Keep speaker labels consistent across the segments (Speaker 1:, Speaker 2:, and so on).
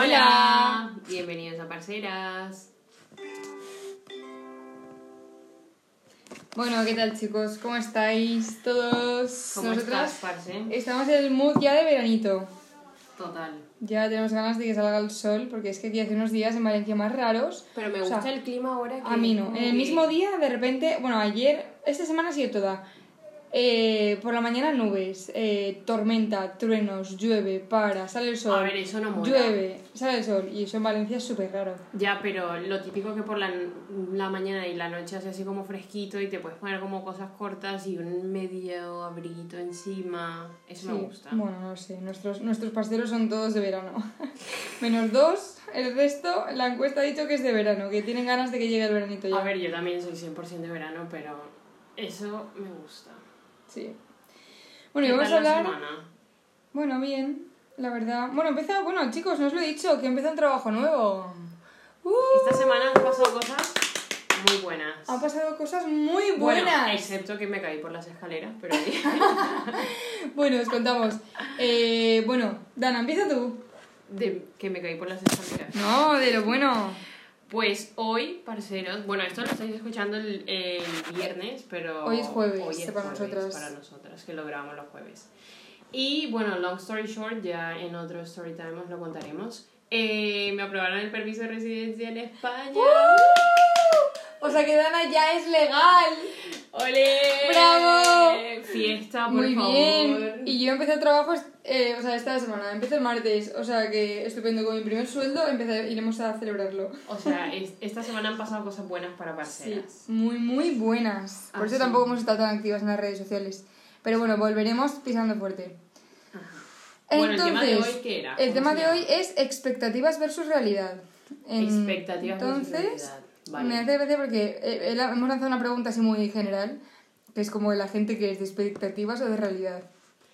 Speaker 1: Hola, bienvenidos a Parceras.
Speaker 2: Bueno, ¿qué tal chicos? ¿Cómo estáis todos?
Speaker 1: ¿Cómo
Speaker 2: Nosotras
Speaker 1: estás, parce?
Speaker 2: estamos en el mood ya de veranito.
Speaker 1: Total.
Speaker 2: Ya tenemos ganas de que salga el sol porque es que aquí hace unos días en Valencia más raros.
Speaker 3: Pero me
Speaker 2: O sea,
Speaker 3: gusta el clima ahora. Que
Speaker 2: A mí no. En el mismo día, de repente, bueno, ayer, esta semana ha sido toda. Eh, por la mañana nubes, eh, tormenta, truenos, llueve, para, sale el sol.
Speaker 1: A ver, eso no mola.
Speaker 2: llueve, sale el sol. Y eso en Valencia es súper raro.
Speaker 1: Ya, pero lo típico que por la, la mañana y la noche hace así como fresquito y te puedes poner como cosas cortas y un medio abriguito encima. Eso me
Speaker 2: Sí,
Speaker 1: gusta.
Speaker 2: Bueno, no sé, nuestros, nuestros parceros son todos de verano. Menos dos, el resto, la encuesta ha dicho que es de verano, que tienen ganas de que llegue el veranito ya.
Speaker 1: A ver, yo también soy 100% de verano, pero eso me gusta.
Speaker 2: Sí. Bueno, y
Speaker 1: ¿Qué
Speaker 2: vamos
Speaker 1: tal
Speaker 2: a
Speaker 1: la
Speaker 2: hablar...
Speaker 1: semana?
Speaker 2: Bueno, bien, la verdad. Bueno, empieza... Bueno, chicos, no os lo he dicho, que empieza un trabajo nuevo. ¡Uh!
Speaker 1: Esta semana han pasado cosas muy buenas.
Speaker 2: Han pasado cosas muy
Speaker 1: Pues Bueno,
Speaker 2: buenas.
Speaker 1: excepto que me caí por las escaleras, pero bien.
Speaker 2: Bueno, os contamos. Eh, bueno, Dana, empieza tú.
Speaker 1: de que me caí por las escaleras.
Speaker 2: No, de lo bueno.
Speaker 1: Pues hoy, parceros, bueno, esto lo estáis escuchando el, el viernes, pero...
Speaker 2: Hoy es jueves,
Speaker 1: hoy es
Speaker 2: para
Speaker 1: jueves
Speaker 2: nosotras.
Speaker 1: Para nosotras, que lo grabamos los jueves. Y bueno, long story short, ya en otro story time os lo contaremos. Eh, me aprobaron el permiso de residencia en España.
Speaker 2: ¡Uh! O sea que Dana ya es legal.
Speaker 1: ¡Ole!
Speaker 2: ¡Bravo!
Speaker 1: Fiesta, Ah, por
Speaker 2: Muy
Speaker 1: favor.
Speaker 2: bien. Y yo empecé el trabajo, eh, o sea, esta semana, empecé el martes, o sea que estupendo, con mi primer sueldo empecé- iremos a celebrarlo.
Speaker 1: O sea, es- esta semana han pasado cosas buenas para
Speaker 2: Sí,
Speaker 1: parceras.
Speaker 2: muy, muy buenas. Por
Speaker 1: Ah,
Speaker 2: eso
Speaker 1: sí.
Speaker 2: tampoco hemos estado tan activas en las redes sociales. Pero bueno, volveremos pisando fuerte.
Speaker 1: Ajá. Bueno, el tema de hoy, ¿qué era?
Speaker 2: el
Speaker 1: ¿Cómo
Speaker 2: tema
Speaker 1: se
Speaker 2: de
Speaker 1: llama?
Speaker 2: hoy es expectativas versus realidad. En-
Speaker 1: Expectativas versus
Speaker 2: Entonces,
Speaker 1: realidad. Vale.
Speaker 2: me hace gracia porque eh, eh, hemos lanzado una pregunta así muy general, que es como de la gente que es de expectativas o de realidad.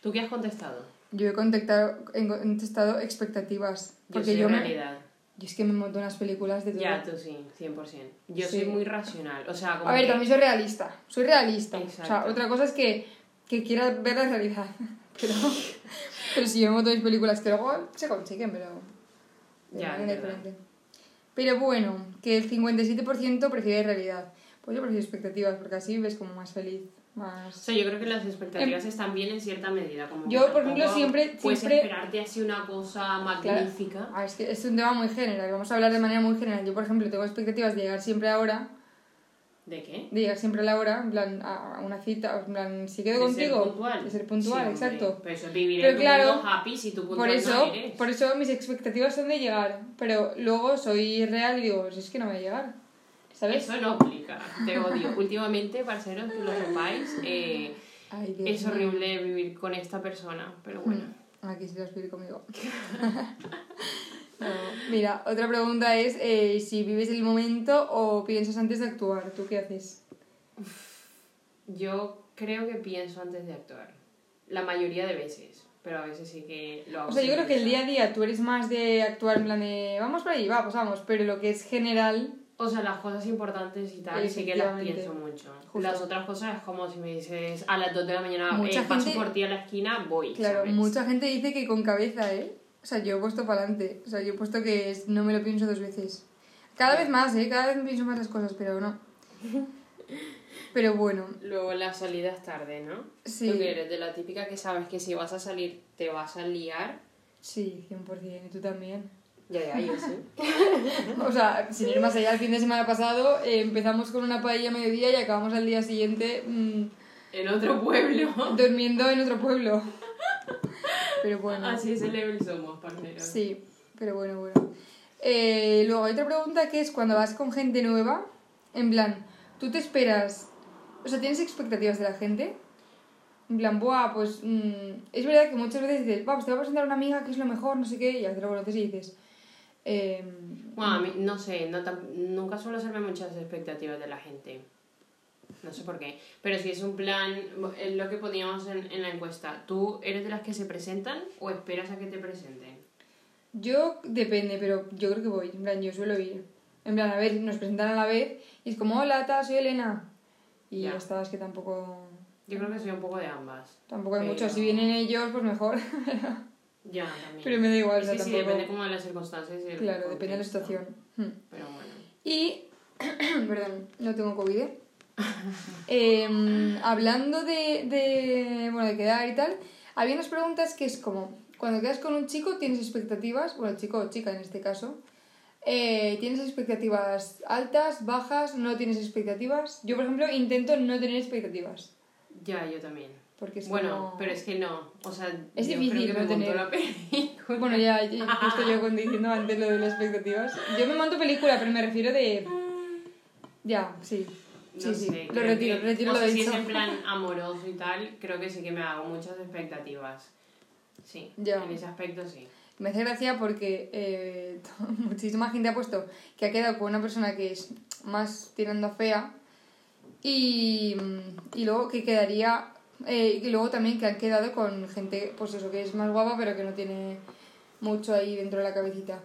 Speaker 1: ¿Tú qué has contestado?
Speaker 2: Yo he contestado, he contestado expectativas. Porque
Speaker 1: soy
Speaker 2: yo, me-
Speaker 1: realidad.
Speaker 2: yo es que me monto unas películas de todo.
Speaker 1: Ya, tú sí, 100%. Yo
Speaker 2: Sí.
Speaker 1: soy muy racional. O sea, como.
Speaker 2: A ver,
Speaker 1: que-
Speaker 2: también soy realista. Soy realista. O sea,
Speaker 1: Exacto.
Speaker 2: otra cosa es que, que quiera ver la realidad. Pero, pero si yo me monto mis películas que luego se consiguen, pero. De
Speaker 1: Ya,
Speaker 2: manera
Speaker 1: es verdad.
Speaker 2: diferente. Pero bueno, que el 57% prefiere realidad. Pues yo prefiero expectativas, porque así ves como más feliz,
Speaker 1: O
Speaker 2: más.
Speaker 1: sea, yo creo que las expectativas están bien en cierta medida. Como que
Speaker 2: Em- Yo, por
Speaker 1: tampoco
Speaker 2: ejemplo, siempre-
Speaker 1: Puedes
Speaker 2: siempre-
Speaker 1: esperarte así una cosa magnífica.
Speaker 2: Ah, es que es un tema muy general, vamos a hablar de manera muy general. Yo, por ejemplo, tengo expectativas de llegar siempre ahora,
Speaker 1: ¿De qué?
Speaker 2: de llegar siempre a la hora, en plan, a a una cita, en plan, si quedo
Speaker 1: de
Speaker 2: contigo,
Speaker 1: Ser puntual.
Speaker 2: de ser puntual,
Speaker 1: Sí, hombre.
Speaker 2: exacto.
Speaker 1: Pero eso es vivir
Speaker 2: Pero
Speaker 1: en
Speaker 2: claro,
Speaker 1: un mundo happy si tú puntual
Speaker 2: Por eso,
Speaker 1: no eres.
Speaker 2: por eso mis expectativas son de llegar, pero luego soy real y digo, si es que no voy a llegar, ¿sabes?
Speaker 1: Eso no aplica. Te odio. Últimamente, parceros, que lo sepáis, eh,
Speaker 2: Ay, Dios
Speaker 1: es
Speaker 2: mío. Mm.
Speaker 1: horrible vivir con esta persona. Pero bueno.
Speaker 2: Aquí se los pide conmigo. No, Mira, otra pregunta es eh, si vives el momento o piensas antes de actuar. ¿Tú qué haces?
Speaker 1: Yo creo que pienso antes de actuar. La mayoría de veces. Pero a veces sí que lo hago.
Speaker 2: O sea, yo
Speaker 1: sin
Speaker 2: creo que el día
Speaker 1: pensar.
Speaker 2: a día tú eres más de actuar en plan de vamos por ahí, va, pues vamos, pero lo que es general,
Speaker 1: O sea, las cosas importantes y tal, sí que las
Speaker 2: Efectivamente.
Speaker 1: pienso mucho.
Speaker 2: Justo.
Speaker 1: Las otras cosas es como si me dices a las 2 de la mañana
Speaker 2: Mucha
Speaker 1: eh, paso
Speaker 2: gente-
Speaker 1: por ti a la esquina, voy.
Speaker 2: claro,
Speaker 1: ¿sabes?
Speaker 2: mucha gente dice que con cabeza, ¿eh? O sea, yo he puesto para adelante, o sea, yo he puesto que es- no me lo pienso dos veces. Cada vez más, ¿eh? Cada vez pienso más las cosas, pero no. Pero bueno,
Speaker 1: Luego las salidas tarde, ¿no?
Speaker 2: Sí.
Speaker 1: Tú que eres de la típica que sabes que si vas a salir te vas a liar.
Speaker 2: sí, 100%, y tú también.
Speaker 1: Ya, ya, yo sí.
Speaker 2: O sea, sin ir más allá, el fin de semana pasado eh, empezamos con una paella a mediodía y acabamos al día siguiente mm,
Speaker 1: en otro pueblo.
Speaker 2: durmiendo en otro pueblo. Pero bueno.
Speaker 1: Así es el level somos, parceros.
Speaker 2: Sí, pero bueno, bueno. Eh, luego hay otra pregunta que es cuando vas con gente nueva, en plan, ¿tú te esperas? O sea, ¿tienes expectativas de la gente? En plan, buah, pues mm, es verdad que muchas veces dices, vamos, te va a presentar una amiga que es lo mejor, no sé qué, y ya te lo conoces y dices, em,
Speaker 1: Bueno, a mí, no sé, no tam- nunca suelo hacerme muchas expectativas de la gente. No sé por qué. Pero si es un plan, es lo que poníamos en, en la encuesta. ¿Tú eres de las que se presentan o esperas a que te presenten?
Speaker 2: Yo depende, pero yo creo que voy. En plan, yo suelo ir. En plan, a ver, nos presentan a la vez y es como, hola, ta, soy Elena. Y
Speaker 1: Ya.
Speaker 2: ya está, es que tampoco,
Speaker 1: Yo creo que soy un poco de ambas.
Speaker 2: tampoco hay
Speaker 1: Pero-
Speaker 2: mucho. Si vienen ellos, pues mejor.
Speaker 1: Ya, también.
Speaker 2: Pero me da igual, o
Speaker 1: sí,
Speaker 2: sea,
Speaker 1: sí,
Speaker 2: tampoco-
Speaker 1: depende como de las circunstancias. y del
Speaker 2: Claro, depende de la
Speaker 1: contexto.
Speaker 2: situación. Hmm.
Speaker 1: Pero bueno.
Speaker 2: Y, perdón, no tengo COVID. ¿eh? Em, hablando de, de, bueno, de quedar y tal, había unas preguntas que es como, cuando quedas con un chico tienes expectativas, bueno, chico o chica en este caso, eh, tienes expectativas altas, bajas, no tienes expectativas. Yo, por ejemplo, intento no tener expectativas.
Speaker 1: Ya, yo también.
Speaker 2: Porque es
Speaker 1: bueno,
Speaker 2: como-
Speaker 1: pero es que no. O sea,
Speaker 2: Es
Speaker 1: yo
Speaker 2: difícil
Speaker 1: creo que
Speaker 2: no
Speaker 1: me montó
Speaker 2: tener-
Speaker 1: la película.
Speaker 2: Bueno, ya, ya- justo yo cuando diciendo antes lo de las expectativas. Yo me monto película, pero me refiero de... Ya, sí.
Speaker 1: No
Speaker 2: sí, sí.
Speaker 1: sé,
Speaker 2: Lo
Speaker 1: creo
Speaker 2: retiro,
Speaker 1: que-
Speaker 2: retiro
Speaker 1: o
Speaker 2: lo
Speaker 1: sea,
Speaker 2: dicho.
Speaker 1: Si es en plan amoroso y tal, creo que sí que me hago muchas expectativas. Sí,
Speaker 2: Ya.
Speaker 1: en ese aspecto sí.
Speaker 2: Me hace gracia porque eh, muchísima gente ha puesto que ha quedado con una persona que es más tirando a fea y, y luego que quedaría eh, y luego también que han quedado con gente pues eso que es más guapa pero que no tiene mucho ahí dentro de la cabecita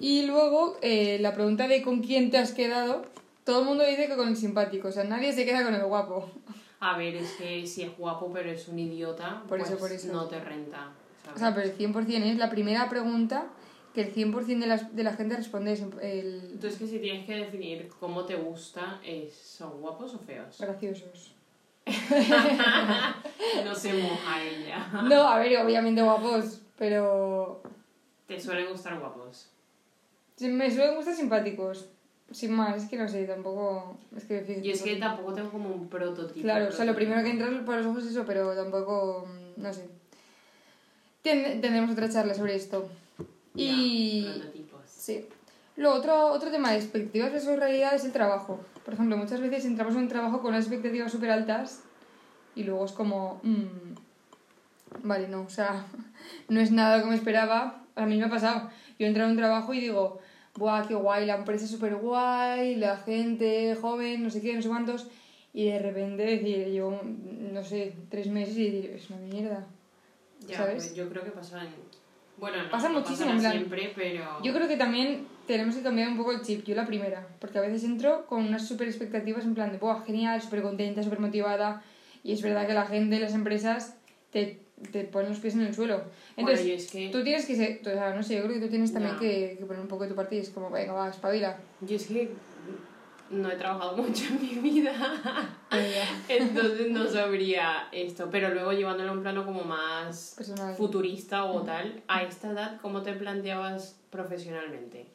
Speaker 2: y luego eh, la pregunta de con quién te has quedado todo el mundo dice que con el simpático o sea nadie se queda con el guapo
Speaker 1: A ver, es que si es guapo pero es un idiota,
Speaker 2: Por
Speaker 1: pues
Speaker 2: eso, por eso.
Speaker 1: no te renta. ¿sabes?
Speaker 2: O sea, pero el 100% es la primera pregunta que el 100% de, las- de la gente responde es em, el
Speaker 1: Entonces que si tienes que definir cómo te gusta, es, ¿son guapos o feos?
Speaker 2: graciosos.
Speaker 1: No se moja ella.
Speaker 2: No, a ver, obviamente guapos, pero
Speaker 1: Te suelen gustar guapos.
Speaker 2: sí, me suelen gustar simpáticos. Sin más, es que no sé, tampoco. Es que me fijo
Speaker 1: Y es que
Speaker 2: tampoco.
Speaker 1: tampoco tengo como un prototipo.
Speaker 2: Claro, o sea, lo
Speaker 1: prototipo.
Speaker 2: primero que entra por los ojos es eso, pero tampoco. mm, No sé. Ten- tendremos otra charla sobre esto.
Speaker 1: Ya,
Speaker 2: Y.
Speaker 1: prototipos.
Speaker 2: Sí. Lo otro, otro tema de expectativas versus realidad es el trabajo. Por ejemplo, muchas veces entramos en un trabajo con unas expectativas súper altas y luego es como... mm, vale, no, o sea, no es nada lo que me esperaba. A mí me ha pasado. Yo entro en un trabajo y digo, ¡buah, qué guay! La empresa es súper guay, la gente joven, no sé qué, no sé cuántos. Y de repente decir, yo, no sé, tres meses y decir, es una mierda.
Speaker 1: Ya,
Speaker 2: ¿sabes?
Speaker 1: pues yo creo que pasan... Bueno, no,
Speaker 2: Pasa
Speaker 1: no
Speaker 2: muchísimo,
Speaker 1: pasará
Speaker 2: en plan-
Speaker 1: siempre, pero...
Speaker 2: Yo creo que también tenemos que cambiar un poco el chip, yo la primera, porque a veces entro con unas super expectativas en plan de, ¡buah, genial, súper contenta, súper motivada! Y es verdad que la gente, las empresas, te, te ponen los pies en el suelo.
Speaker 1: Bueno,
Speaker 2: Entonces,
Speaker 1: yo es que...
Speaker 2: tú tienes que ser, tú- o sea, no sé, yo creo que tú tienes también
Speaker 1: Ya.
Speaker 2: que, que poner un poco de tu parte y es como, venga, va, espabila.
Speaker 1: Yo es que no he trabajado mucho en mi vida,
Speaker 2: Venga,
Speaker 1: entonces no sabría esto, pero luego llevándolo a un plano como más
Speaker 2: personal.
Speaker 1: futurista o tal, a esta edad, ¿cómo te planteabas profesionalmente?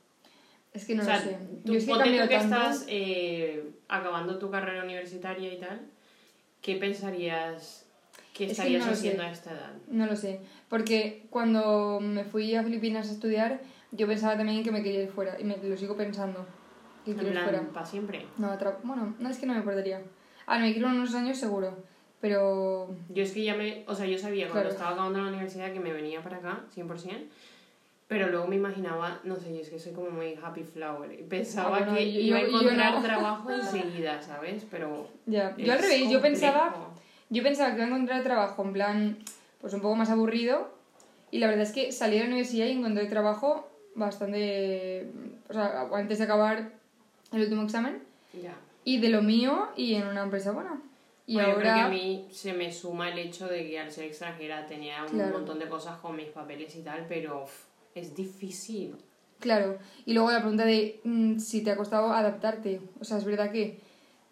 Speaker 2: Es que no
Speaker 1: o sea,
Speaker 2: lo sé.
Speaker 1: tú,
Speaker 2: Yo es que he
Speaker 1: ponte tú
Speaker 2: cambiado
Speaker 1: que
Speaker 2: tanto.
Speaker 1: estás eh, acabando tu carrera universitaria y tal, ¿qué pensarías que
Speaker 2: Es que
Speaker 1: estarías
Speaker 2: no lo sé.
Speaker 1: haciendo a esta edad?
Speaker 2: No lo sé, porque cuando me fui a Filipinas a estudiar, yo pensaba también que me quería ir fuera y me, lo sigo pensando. Que
Speaker 1: En
Speaker 2: quiero ir fuera.
Speaker 1: plan, para siempre.
Speaker 2: No, tra- bueno, no es que no me perdería. Ah, no, me quiero unos años seguro, pero
Speaker 1: Yo es que ya me, o sea, yo sabía cuando
Speaker 2: Claro.
Speaker 1: estaba acabando la universidad que me venía para acá, 100%, pero luego me imaginaba, no sé, yo es que soy como muy happy flower, y pensaba
Speaker 2: Ah, bueno,
Speaker 1: que
Speaker 2: yo-
Speaker 1: iba a
Speaker 2: yo- yo
Speaker 1: encontrar
Speaker 2: no.
Speaker 1: trabajo enseguida, ¿sabes? Pero
Speaker 2: ya. Yo al
Speaker 1: es
Speaker 2: revés, yo
Speaker 1: complejo.
Speaker 2: pensaba, yo pensaba que iba a encontrar trabajo en plan, pues un poco más aburrido, y la verdad es que salí de la universidad y encontré trabajo bastante, o sea, antes de acabar el último examen,
Speaker 1: Ya.
Speaker 2: y de lo mío y en una empresa buena. Y
Speaker 1: Bueno, yo creo que a
Speaker 2: ahora,
Speaker 1: mí se me suma el hecho de que al ser extranjera tenía un
Speaker 2: Claro.
Speaker 1: montón de cosas con mis papeles y tal, pero uf, es difícil.
Speaker 2: claro, y luego la pregunta de mm, si te ha costado adaptarte, o sea, es verdad que...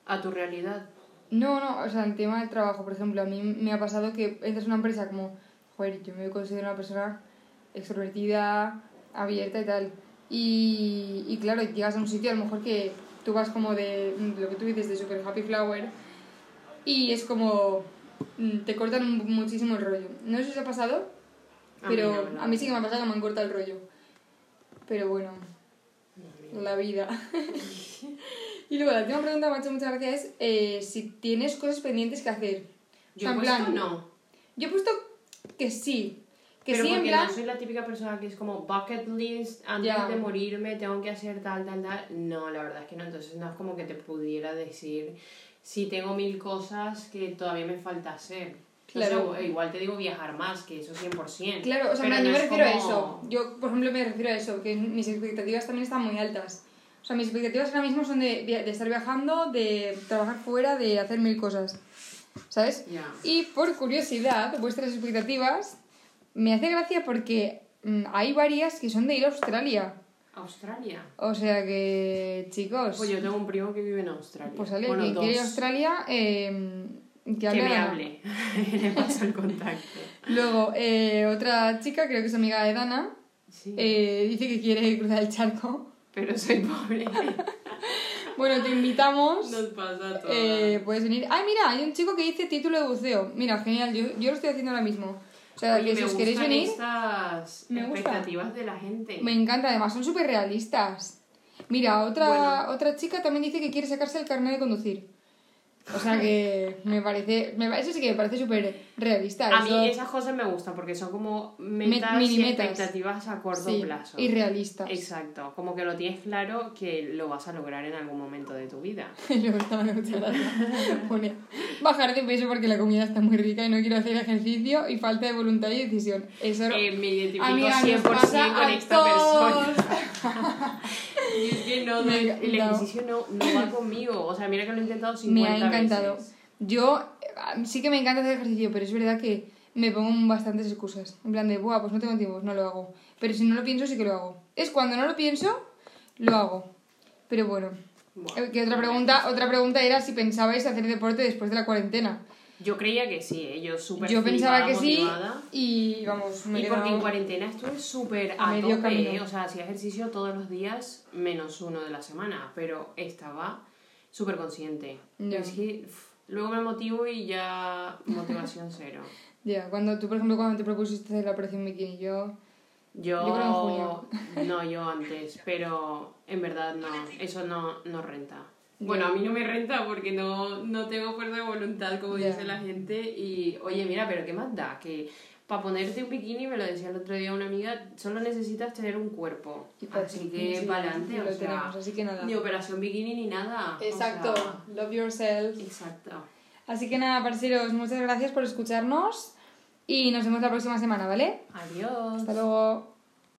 Speaker 1: A tu realidad.
Speaker 2: No, no, o sea, en tema del trabajo, por ejemplo, a mí me ha pasado que entras en una empresa como, joder, yo me considero una persona extrovertida, abierta y tal. Y, y claro, llegas a un sitio a lo mejor que tú vas como de mm, lo que tú dices de super happy flower y es como mm, te cortan un- muchísimo el rollo. No sé si os ha pasado,
Speaker 1: A mí
Speaker 2: pero
Speaker 1: no, la
Speaker 2: a mí sí que me ha
Speaker 1: verdad.
Speaker 2: pasado que me han cortado el rollo. Pero bueno, la vida. y luego la última pregunta, macho, muchas gracias, es eh, si tienes cosas pendientes que hacer.
Speaker 1: Yo
Speaker 2: En
Speaker 1: he puesto
Speaker 2: plan,
Speaker 1: no.
Speaker 2: Yo he puesto que sí. Que
Speaker 1: pero
Speaker 2: sí, en
Speaker 1: porque
Speaker 2: plan.
Speaker 1: no soy la típica persona que es como bucket list, antes
Speaker 2: Ya.
Speaker 1: de morirme tengo que hacer tal, tal, tal. No, la verdad es que no. Entonces no es como que te pudiera decir si tengo mil cosas que todavía me falta hacer.
Speaker 2: Claro.
Speaker 1: O sea, igual te digo viajar más, que eso 100%.
Speaker 2: Claro, o sea,
Speaker 1: pero
Speaker 2: en
Speaker 1: no
Speaker 2: plan, yo me
Speaker 1: es
Speaker 2: refiero
Speaker 1: como-
Speaker 2: a eso. Yo, por ejemplo, me refiero a eso, que mis expectativas también están muy altas. O sea, mis expectativas ahora mismo son de, via- de estar viajando, de trabajar fuera, de hacer mil cosas. ¿Sabes?
Speaker 1: Ya.
Speaker 2: Y por curiosidad, vuestras expectativas, Me hace gracia porque mm, hay varias que son de ir a Australia.
Speaker 1: Australia.
Speaker 2: O sea que, chicos,
Speaker 1: Pues yo tengo un primo que vive en Australia.
Speaker 2: pues alguien
Speaker 1: bueno,
Speaker 2: que
Speaker 1: dos.
Speaker 2: quiere ir a Australia, eh, que
Speaker 1: que
Speaker 2: hable.
Speaker 1: me
Speaker 2: a Dana.
Speaker 1: hable. Le paso el contacto.
Speaker 2: Luego, eh, otra chica, creo que es amiga de Dana,
Speaker 1: Sí.
Speaker 2: eh, dice que quiere cruzar el charco.
Speaker 1: Pero soy pobre.
Speaker 2: Bueno, te invitamos.
Speaker 1: Nos pasa a todas.
Speaker 2: Eh, puedes venir. Ay, mira, hay un chico que dice título de buceo. Mira, genial, yo, yo lo estoy haciendo ahora mismo. O sea,
Speaker 1: Oye,
Speaker 2: que si
Speaker 1: me
Speaker 2: os queréis
Speaker 1: gustan
Speaker 2: venir,
Speaker 1: estas
Speaker 2: Me gusta.
Speaker 1: expectativas de la gente.
Speaker 2: me encanta. Además, son súper realistas. Mira, otra,
Speaker 1: Bueno.
Speaker 2: otra chica también dice que quiere sacarse el carnet de conducir. O sea que me parece, me, pa- eso sí que me parece súper realista.
Speaker 1: A mí
Speaker 2: eso-
Speaker 1: esas cosas me gustan porque son como metas
Speaker 2: mini
Speaker 1: y
Speaker 2: metas.
Speaker 1: expectativas a corto
Speaker 2: sí,
Speaker 1: plazo.
Speaker 2: y realistas.
Speaker 1: Exacto, como que lo tienes claro que lo vas a lograr en algún momento de tu vida.
Speaker 2: Luego estaba la cucharada. Pone, bajar de peso porque la comida está muy rica y no quiero hacer ejercicio y falta de voluntad y decisión. Eso
Speaker 1: Eh, me identifico
Speaker 2: Amiga, nos
Speaker 1: 100%
Speaker 2: pasa
Speaker 1: con
Speaker 2: a
Speaker 1: esta
Speaker 2: todos.
Speaker 1: persona. Y es que no, no,
Speaker 2: Me ha
Speaker 1: el
Speaker 2: encantado.
Speaker 1: ejercicio no, no va conmigo. O sea, mira que lo he intentado 50
Speaker 2: Me ha encantado.
Speaker 1: veces.
Speaker 2: Yo eh, sí que me encanta hacer ejercicio, pero es verdad que me pongo bastantes excusas. En plan de, buah, pues no tengo tiempo, no lo hago. Pero si no lo pienso, sí que lo hago. Es cuando no lo pienso, lo hago. Pero bueno.
Speaker 1: Buah.
Speaker 2: Eh, Que otra pregunta, otra pregunta era si pensabais hacer deporte después de la cuarentena.
Speaker 1: Yo creía que sí, ¿eh? yo súper
Speaker 2: Yo pensaba
Speaker 1: flipada,
Speaker 2: que sí
Speaker 1: motivada.
Speaker 2: y vamos, Pues me he
Speaker 1: Y porque en
Speaker 2: quedado-
Speaker 1: cuarentena estuve súper
Speaker 2: A
Speaker 1: a,
Speaker 2: medio
Speaker 1: tope,
Speaker 2: camino.
Speaker 1: ¿eh? o sea, hacía ejercicio todos los días, menos uno de la semana, pero estaba súper consciente.
Speaker 2: Ya.
Speaker 1: Es que pff, luego me motivo y ya motivación cero.
Speaker 2: Ya, cuando tú, por ejemplo, cuando te propusiste hacer la operación bikini, yo...
Speaker 1: Yo,
Speaker 2: Yo creo en junio.
Speaker 1: no, yo antes, pero en verdad no, eso no, no renta.
Speaker 2: Ya.
Speaker 1: Bueno, a mí no me renta porque no, no tengo fuerza de voluntad, como
Speaker 2: Ya.
Speaker 1: dice la gente. Y oye, mira, pero ¿qué más da? Que para ponerte un bikini, me lo decía el otro día una amiga, solo necesitas tener un cuerpo. Así que
Speaker 2: pues, sí,
Speaker 1: para adelante,
Speaker 2: lo
Speaker 1: o sea,
Speaker 2: tenemos, así que nada.
Speaker 1: ni operación bikini ni nada. o
Speaker 2: Exacto,
Speaker 1: sea,
Speaker 2: love yourself.
Speaker 1: exacto.
Speaker 2: Así que nada, parceros, muchas gracias por escucharnos y nos vemos la próxima semana, ¿vale?
Speaker 1: Adiós.
Speaker 2: Hasta luego.